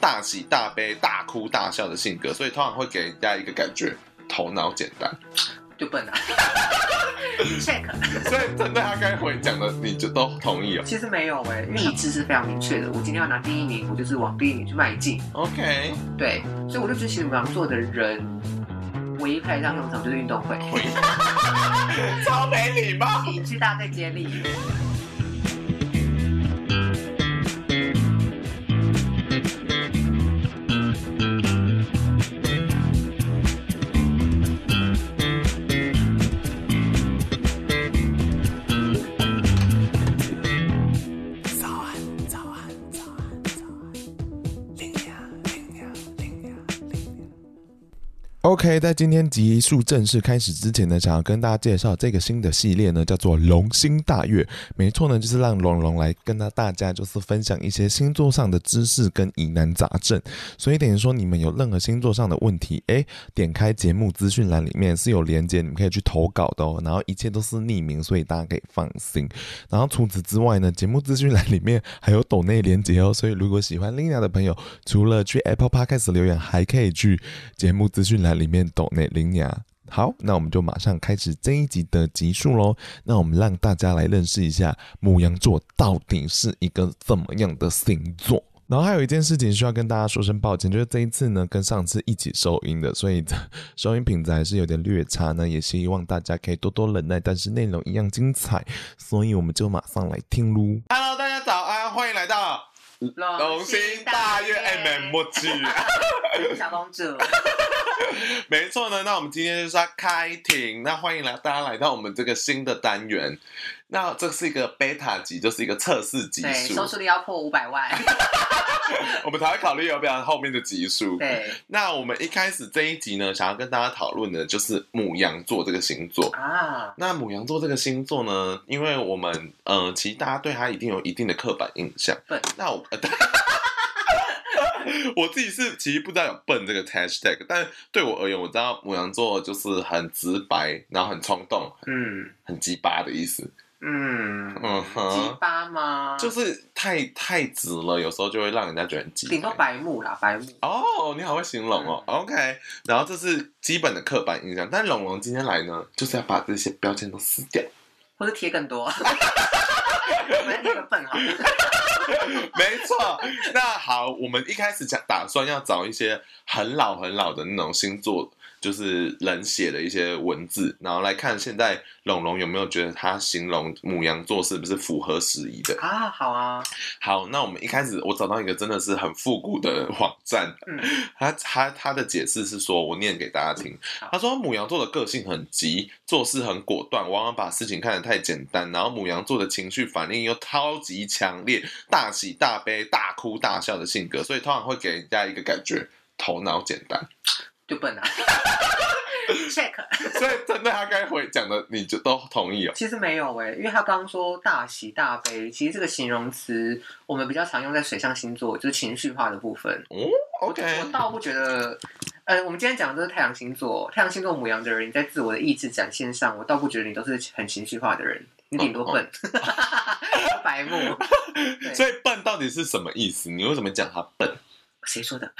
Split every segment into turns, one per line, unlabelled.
大喜大悲、大哭大笑的性格，所以通常会给人家一个感觉头脑简单。
就笨啊 ，check。
所以针对他刚才回讲的，你就都同意哦。
其实没有哎、因为一致是非常明确的。我今天要拿第一名，我就是往第一名去迈进。
OK，
对，所以我就觉得，其实母羊座的人，唯一派上用场就是运动会。
回超没礼貌。
你去大队接力。
早安，早安，早安，早安，羚羊，羚羊，羚羊，羚羊。
OK，在今天集数正式开始之前呢，想要跟大家介绍这个新的系列呢，叫做《龙星大乐》。没错呢，就是让龙龙来跟他大家就是分享一些星座上的知识跟疑难杂症。所以等于说，你们有任何星座上的问题，诶，点开节目资讯栏里面是有连接，你们可以去投稿的哦。然后一切都是匿名，所以大家可以放心。然后除此之外呢，节目资讯栏里面还有抖内连接哦。所以如果喜欢 Lina 的朋友，除了去 Apple Podcast 留言，还可以去节目资讯栏里面抖内领养。好，那我们就马上开始这一集的集数喽。那我们让大家来认识一下母羊座到底是一个怎么样的星座。然后还有一件事情需要跟大家说声抱歉，就是这一次呢跟上次一起收音的，所以收音品质还是有点略差呢，也希望大家可以多多忍耐，但是内容一样精彩，所以我们就马上来听喽。
Hello，大家早安，欢迎来到龙星大哎乐 M M 剧。
哎小公主，
没错呢，那我们今天就是要开庭，那欢迎来大家来到我们这个新的单元。那这是一个 beta 级，就是一个测试级
对，
数
收，视率要破五百 万。
我们才会考虑要不要后面的级数。
对
那我们一开始这一集呢，想要跟大家讨论的就是母羊座这个星座。
啊，
那母羊座这个星座呢，因为我们呃，其实大家对它一定有一定的刻板印象。
笨
那我。 我自己是其实不知道有“笨”这个 hashtag，但对我而言，我知道母羊座就是很直白，然后很冲动、
嗯
很鸡巴的意思。
嗯，
嗯
鸡
哼，
巴吗？
就是太太直了，有时候就会让人家觉得很鸡
顶多
巴。
白目啦，白目。
哦，你好会形容哦、o k 然后这是基本的刻板印象，但龙龙今天来呢，就是要把这些标签都撕掉。
或者贴更 多。我们贴个笨好了，
没错，那好，我们一开始想打算要找一些很老很老的那种星座，就是人写的一些文字，然后来看现在龙龙有没有觉得他形容母羊座是不是符合时宜的。
啊，好啊，
好，那我们一开始我找到一个真的是很复古的网站，
嗯，
他他他的解释是说，我念给大家听
好。
他说母羊座的个性很急，做事很果断，往往把事情看得太简单。然后母羊座的情绪反应又超级强烈，大喜大悲、大哭大笑的性格，所以通常会给人家一个感觉头脑简单。
就笨啊 ，check。
所以针对他刚才回讲的，你就都同意哦。
其实没有哎、因为他刚刚说大喜大悲，其实这个形容词我们比较常用在水象星座，就是情绪化的部分。
哦，OK，
我倒不觉得，呃，我们今天讲的都是太阳星座，太阳星座母羊的人，你在自我的意志展现上，我倒不觉得你都是很情绪化的人，你顶多笨，
哦
白目。对
所以笨到底是什么意思？你为什么讲他笨？
谁说的？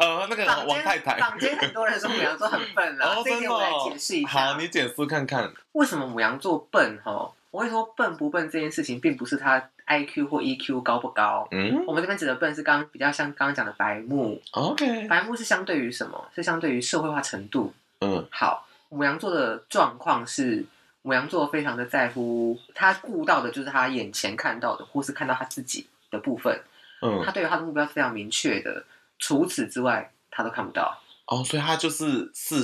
呃，那个
坊
王
间
太太。
坊间很多人说母羊座很笨 啦，
哦，
这
真
一
的
点我来
哦
解释一，下。
好，你解释看看。
为什么母羊座笨哈？我会说笨不笨这件事情，并不是他 I Q 或 E Q 高不高。
嗯
我们这边指的笨是刚比较像刚刚讲的白目，
，OK，
白目是相对于什么？是相对于社会化程度。
嗯，
好，母羊座的状况是，母羊座非常的在乎他顾到的就是他眼前看到的，或是看到他自己的部分。
嗯
他，对于他的目标是非常明确的，除此之外他都看不到。
哦，所以他就是视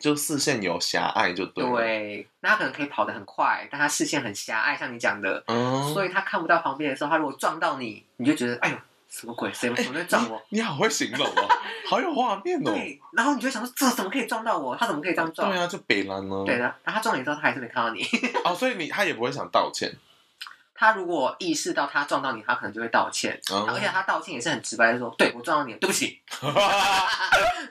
就视线有狭隘就对了，
对，那他可能可以跑得很快，但他视线很狭隘，像你讲的，
嗯，
所以他看不到旁边的时候，他如果撞到你，你就觉得哎呦什么鬼，谁怎么在撞我？
你好会形容哦，好有画面哦，
对，然后你就想说这怎么可以撞到我？他怎么可以这样撞？
对啊，就北兰呢，
对的，然后他撞你之后，他还是没看到你。
哦，所以你他也不会想道歉，
他如果意识到他撞到你，他可能就会道歉，
哦
而且他道歉也是很直白的说，对我撞到你了，对不起，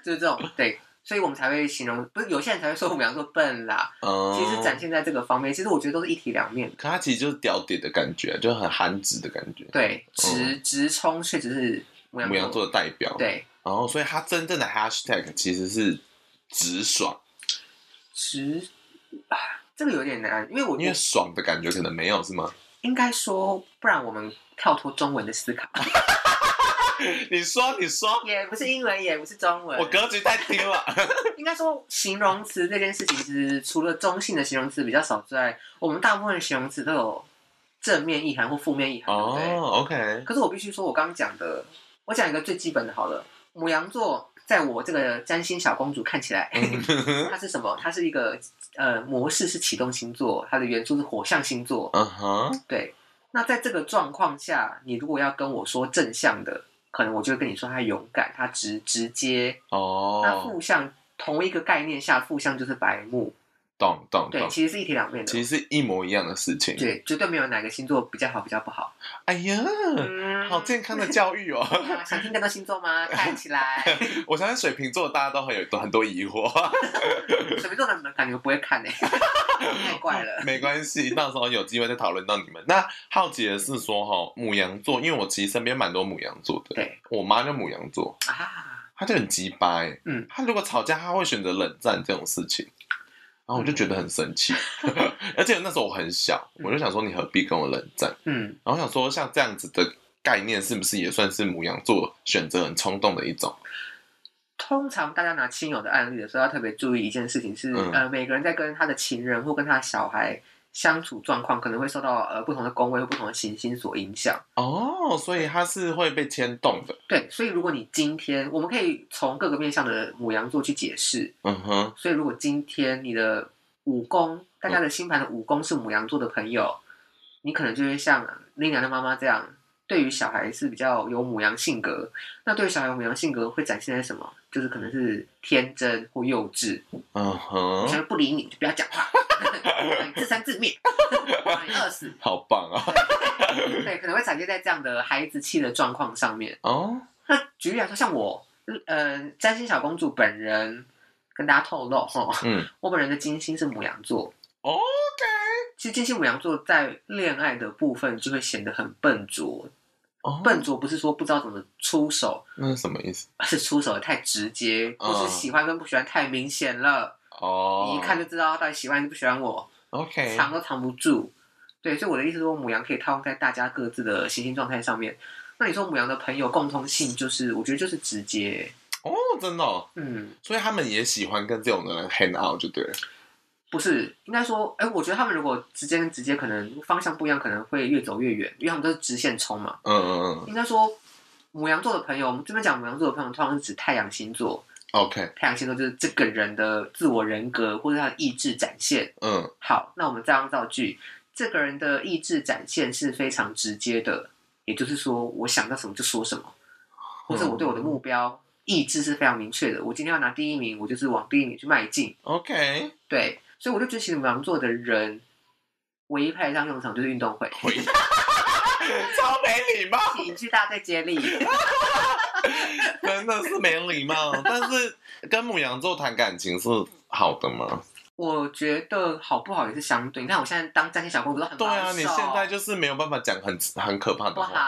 就是这种对，所以我们才会形容，不是有些人才会说我们要说笨啦。
嗯，
其实展，现在这个方面，其实我觉得都是一体两面的，
可他其实就是屌屌的感觉，就很韩直的感觉，
对，直直冲确实是母羊
母羊座的代表。，
对
然后所以它真正的 hashtag 其实是直爽，
直啊，这个有点难，因为我
因为爽的感觉可能没有是 吗？
应该说，不然我们跳脱中文的思考，
你说，你说，
也不是英文，也不是中文
我，格局太低 了。
应该说形容词这件事情，其实除了中性的形容词比较少之外，我们大部分的形容词都有正面意涵或负面意涵，对不对？
哦，OK，
可是我必须说，我刚刚讲的，我讲一个最基本的好了。母羊座，在我这个占星小公主看起来，
嗯
它是什么？它是一个呃模式是启动星座，它的元素是火象星座。
嗯哼，
对，那在这个状况下，你如果要跟我说正向的，可能我就会跟你说他勇敢，他直直接。那
哦，
负向同一个概念下，负向就是白目，
懂懂
对，
懂，
其实是一体两面的。
其实是一模一样的事情。
对，绝对没有哪个星座比较好，比较不好。
哎呀，
嗯
好健康的教育哦！
啊想听更多星座吗？看 起来
我相信水瓶座大家都会有很多疑惑，
水瓶座的感觉不会看呢、欸 太怪了。
没关系，到时候有机会再讨论到你们。那好奇的是说哈，母羊座，因为我其实身边蛮多母羊座的，
对
我妈就母羊座，
啊，
她就很鸡巴哎，
嗯，
她如果吵架，她会选择冷战这种事情。然后我就觉得很生气，
嗯
而且那时候我很小，我就想说你何必跟我冷战？
嗯，
然后想说，像这样子的概念，是不是也算是母羊座选择很冲动的一种？
通常大家拿亲友的案例的时候，要特别注意一件事情是，
嗯
呃，每个人在跟他的情人或跟他的小孩相处状况，可能会受到呃不同的宫位或不同的行星所影响。
哦，所以它是会被牵动的。
对，所以如果你今天，我们可以从各个面向的母羊座去解释。
嗯哼，
所以如果今天你的武功，大家的星盘的武功是母羊座的朋友，你可能就会像林娘的妈妈这样，对于小孩是比较有母羊性格。那对于小孩有母羊性格会展现在什么？就是可能是天真或幼稚，
嗯
小
哼，
孩不理你就不要讲话， 让你自生自灭，让你饿死。
好棒啊！
对，可能会展现在这样的孩子气的状况上面。
哦，
那举例来说，像我，呃，占星小公主本人跟大家透露哈，
嗯
我本人的金星是母羊座。
OK
其实金星母羊座在恋爱的部分就会显得很笨拙，
哦，
笨拙不是说不知道怎么出手，
那是什么意思？
而是出手得太直接，
嗯
或是喜欢跟不喜欢太明显了，
哦，
你一看就知道他到底喜欢还是不喜欢我，
OK，
藏都藏不住。对，所以我的意思是说，母羊可以套用在大家各自的行星状态上面。那你说母羊的朋友共通性就是，我觉得就是直接，
哦，真的哦、
嗯，
所以他们也喜欢跟这种人 hang out 就对了。
不是，应该说，哎、我觉得他们如果直接跟直接，可能方向不一样，可能会越走越远，因为他们都是直线冲嘛。
嗯嗯嗯
应该说，母羊座的朋友，我们这边讲母羊座的朋友，通常是指太阳星座。
，OK，
太阳星座就是这个人的自我人格或者他的意志展现。
嗯，
好，那我们这样造句，这个人的意志展现是非常直接的，也就是说，我想到什么就说什么，或者
嗯
我对我的目标意志是非常明确的。我今天要拿第一名，我就是往第一名去迈进。
OK，
对，所以我就觉得，其实母羊座的人唯一派上用场就是运动会，
回超没礼貌，
请去大队接力。
真的是没礼貌。但是跟母羊座谈感情是好的吗？
我觉得好不好也是相对。你看我现在当占星小公主都很
对啊，
保守
你现在就是没有办法讲很很可怕
不
的
好
话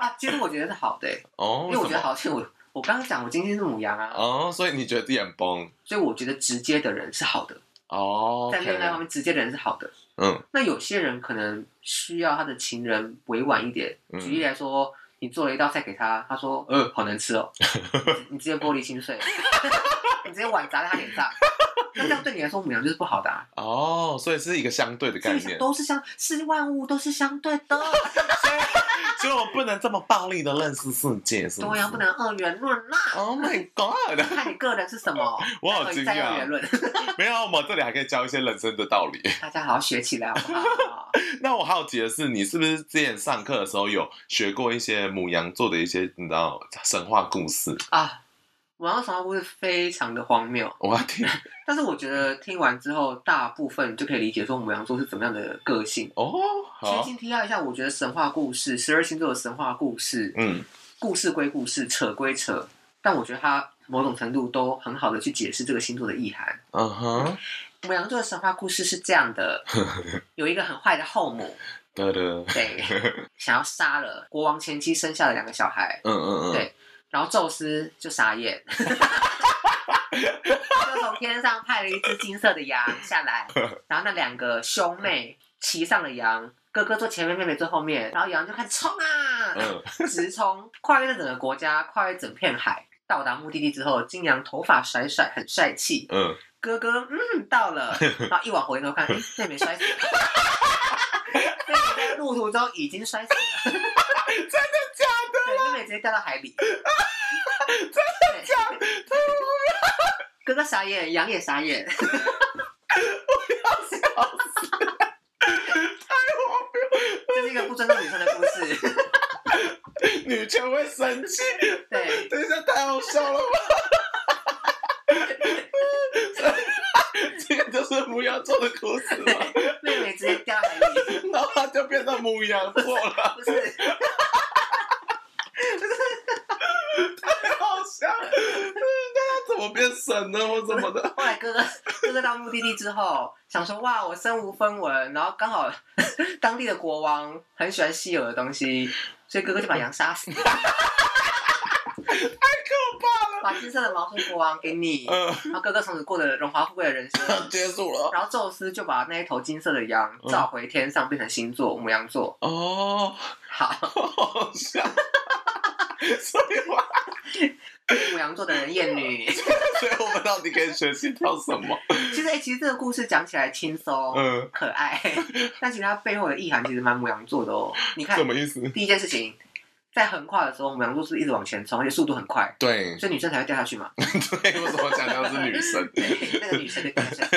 啊。其实我觉得是好的欸、
哦，
因为我觉得
什么
好像我我刚刚讲我今天是母羊啊，
哦，所以你觉得自己很崩
所以我觉得直接的人是好的，
哦
在恋爱方
OK，
面直接的人是好的。
嗯
那有些人可能需要他的情人委婉一点，
嗯
举例来说。你做了一道菜给他，他说：“呃，好难吃 哦。”你直接玻璃心碎，你直接碗砸在他 脸上，那这样对你来说，母羊就是不好的、啊。
哦，所以是一个相对的概
所以
念，
都是相，是万物都是相对的。
所以我不能这么暴力的认识世界，是吗？
啊对呀，啊不能二元论啦，
Oh my god！
看你个人是什么。
我好惊
再二元
讶，
论，
没有，我们这里还可以教一些人生的道理。
大家好好学起来好不好？
那我好奇的是，你是不是之前上课的时候有学过一些母羊座的一些你知道神话故事？
啊，我要神话故事非常的荒谬，
我要听
但是我觉得听完之后，大部分就可以理解说母羊座是怎么样的个性。
哦，
先
好，
先提到一下，我觉得神话故事，十二星座的神话故事，
嗯
故事归故事，扯归扯，但我觉得它某种程度都很好的去解释这个星座的意涵。
嗯哼，
母羊座的神话故事是这样的：有一个很坏的后母，
的的，
对，想要杀了国王前妻生下的两个小孩，
嗯嗯嗯
对，然后宙斯就傻眼， 就从天上派了一只金色的羊下来，然后那两个兄妹骑上了羊。哥哥坐前面，妹妹坐后面，然后羊就开始冲啊，
嗯，
直冲，跨越了整个国家，跨越整片海。到达目的地之后，金羊头发甩甩，很帅气。
嗯，
哥哥，嗯，到了，然后一往回头看，诶妹妹摔死了。妹妹在路途中已经摔死了，真的假的？对，妹妹直接掉到海里，真的假的？哥哥傻眼，羊也傻眼，这是一个不尊重女生的故 事。
女权会生 气，
对，
等一下太好笑了吧？这个就是母羊座的故事 嘛，
妹妹直接掉到海里，
然后它就变成母羊座了，
不是。
太好笑了。那它怎么变神呢？或怎么 的？
后来哥 哥哥哥到目的地之后，想说哇，我身无分文，然后刚好 当地的国王很喜欢稀有的东西，所以哥哥就把羊杀死，把金色的毛巾国王给你，
嗯，
然后哥哥从此过着荣华富贵的人生。
结束了。
然后宙斯就把那一头金色的羊召回天上，变成星座母羊座。
哦，
好，
好 笑。所以我，
母羊座的人厌女。
所以我们到底可以学习到什么？
其实，哎、其实这个故事讲起来轻松、
嗯，
可爱， 但其实它背后的意涵其实蛮母羊座的哦。你看
什，么意思？
第一件事情，在横跨的时候，我们两个都是一直往前冲，而且速度很快，
对，
所以女生才会掉下去嘛。
对，为什么强调是女生？
对， 那个女生的掉下去。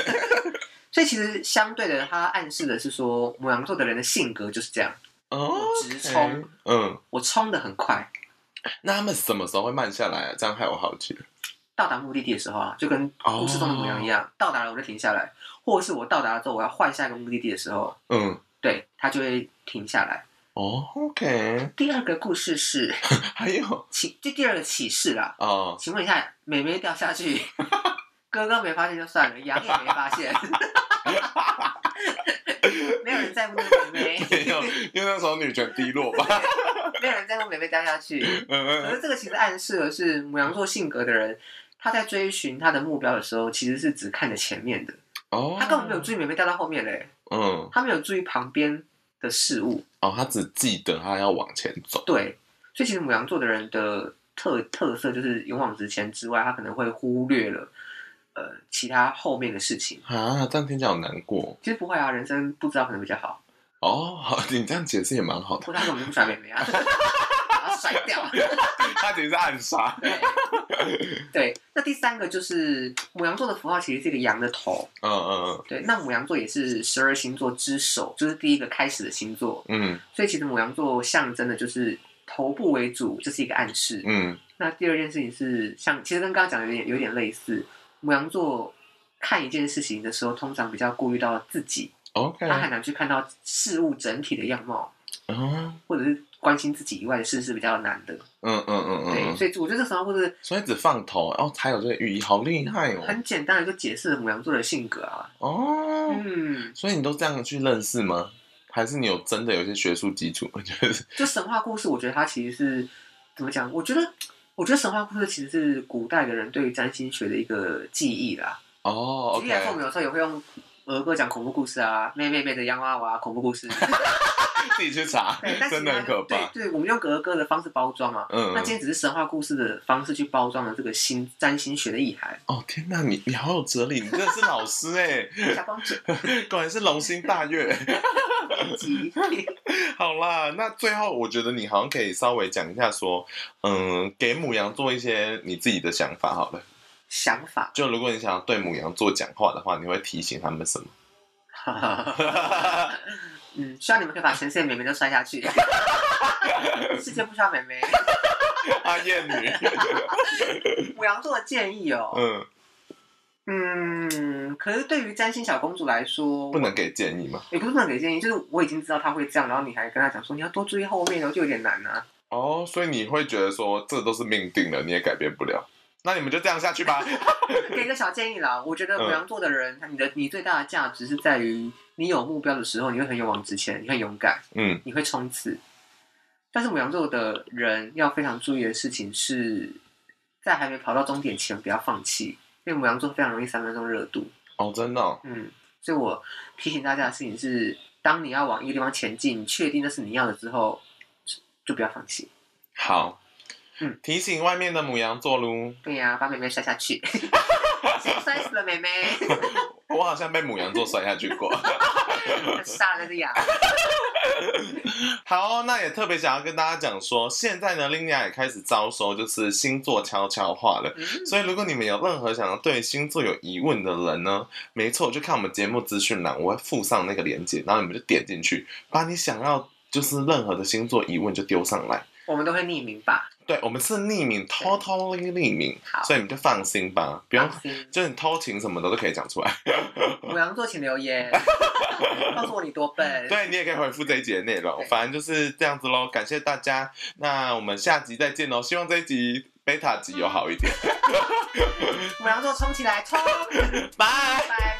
所以其实相对的，它暗示的是说，母羊座的人的性格就是这样，
哦
我，直冲，
嗯，
我冲的很快，
那他们什么时候会慢下来、啊？这样害我好奇。
到达目的地的时候啊，就跟故事中的母羊一
哦
样，到达了我就停下来，或者是我到达了之后，我要换下一个目的地的时候，
嗯，
对，它就会停下来。
哦，OK，
第二个故事是
还有
启，就第二个启示啦，
哦，
请问一下，妹妹掉下去， 哥哥没发现就算了，羊也没发现， 没有人在乎那个妹妹，
没有，因为那时候女权低落 吧。
没有人在乎妹妹掉下去。
嗯
可
嗯
是这个其实暗示的是母羊座性格的人。他在追寻他的目标的时候，其实是只看着前面的，
哦，
他根本没有注意妹妹掉到后面嘞，
嗯，
他没有注意旁边的事物。
哦，他只记得他要往前走。
对，所以其实母羊座的人的特特色就是勇往直前之外，他可能会忽略了呃其他后面的事情。
啊，这样听起来好难过
其实不会啊，人生不知道可能比较好。
哦。好，你这样解释也蛮好的。
或者他根本就不喜欢妹妹啊，把她甩掉。
他只是暗杀。
对，对。那第三个就是母羊座的符号，其实是一个羊的头。
嗯嗯
对，那母羊座也是十二星座之首，就是第一个开始的星座。
嗯
所以其实母羊座象征的就是头部为主，这、是一个暗示。
嗯
那第二件事情是，像其实跟刚刚讲的有点有点类似，母羊座看一件事情的时候，通常比较顾虑到自己，
，OK
他。很难去看到事物整体的样貌，
嗯
或者是关心自己以外的事是比较难的。
嗯嗯嗯
对，
嗯，
所以我觉得这时候或者
所以只放头，哦，才有这个寓意，好厉害哦。
很简单的就解释了母羊座的性格啊。
哦，
嗯，
所以你都这样去认识吗？还是你有真的有一些学术基础？ 我觉得是
就神话故事，我觉得它其实是怎么讲？我觉得，我觉得神话故事其实是古代的人对于占星学的一个记忆啦。
哦
举例来说，我
，OK，
们有时候也会用儿歌讲恐怖故事啊，妹妹妹的洋娃娃恐怖 故事，
自己去查
对，但，是
真的很可
对
怕。
对，我们用儿歌的方式包装嘛。
嗯
那，今天只是神话故事的方式去包装了这个新占星学的意 涵。
哦天哪，你你好有哲理，你真的是老师哎，
小公主，
果然是龙心大悦。
以及
好啦，那最后我觉得你好像可以稍微讲一下说，嗯，给母羊做一些你自己的想法好了。
想法，
就如果你想要对母羊做讲话的话，你会提醒他们什么？
嗯，希望你们可以把全世界美眉都摔下去。 世界不需要美眉。
啊，艳女，
母羊座的建议哦，
嗯，
嗯，可是对于占星小公主来说，
不能给建议吗？
也不是不能给建议，就是我已经知道她会这样，然后你还跟她讲说你要多注意后面哦，就有点难啊。
哦，所以你会觉得说这都是命定了，你也改变不了。那你们就这样下去吧。
给一个小建议啦，我觉得
嗯
母羊座的人，他你的你最大的价值是在于，你有目标的时候，你会很勇往直前，你很勇敢，
嗯
你会冲刺。但是母羊座的人要非常注意的事情是，在还没跑到终点前不要放弃，因为母羊座非常容易三分钟热度。
哦，真的哦、
嗯，所以我提醒大家的事情是，当你要往一个地方前进，你确定那是你要的之后，就不要放弃。
好。
嗯
提醒外面的母羊座喽，
对呀、把妹妹摔下去， 摔死了 妹妹，
我好像被母羊座摔下去过。
杀了那只羊。
好，哦那也特别想要跟大家讲说，现在呢 l i n a 也开始招收就是星座悄悄话了。
嗯
所以，如果你们有任何想要对星座有疑问的人呢，没错，就看我们节目资讯栏，我会附上那个链接，然后你们就点进去，把你想要就是任何的星座疑问就丢上来。
我们都会匿名吧？
对，我们是匿名，totally 匿名
好，
所以你们就放心吧，不用
放，心，
就是你偷情什么的都可以讲出来。
母羊座请 留言，告诉我你多笨。，
对你也可以回复这一集的内容
对，
反正就是这样子喽。感谢大家，那我们下集再见喽。希望这一集贝塔集有好一点，
母羊座冲起来，冲！
拜。
拜。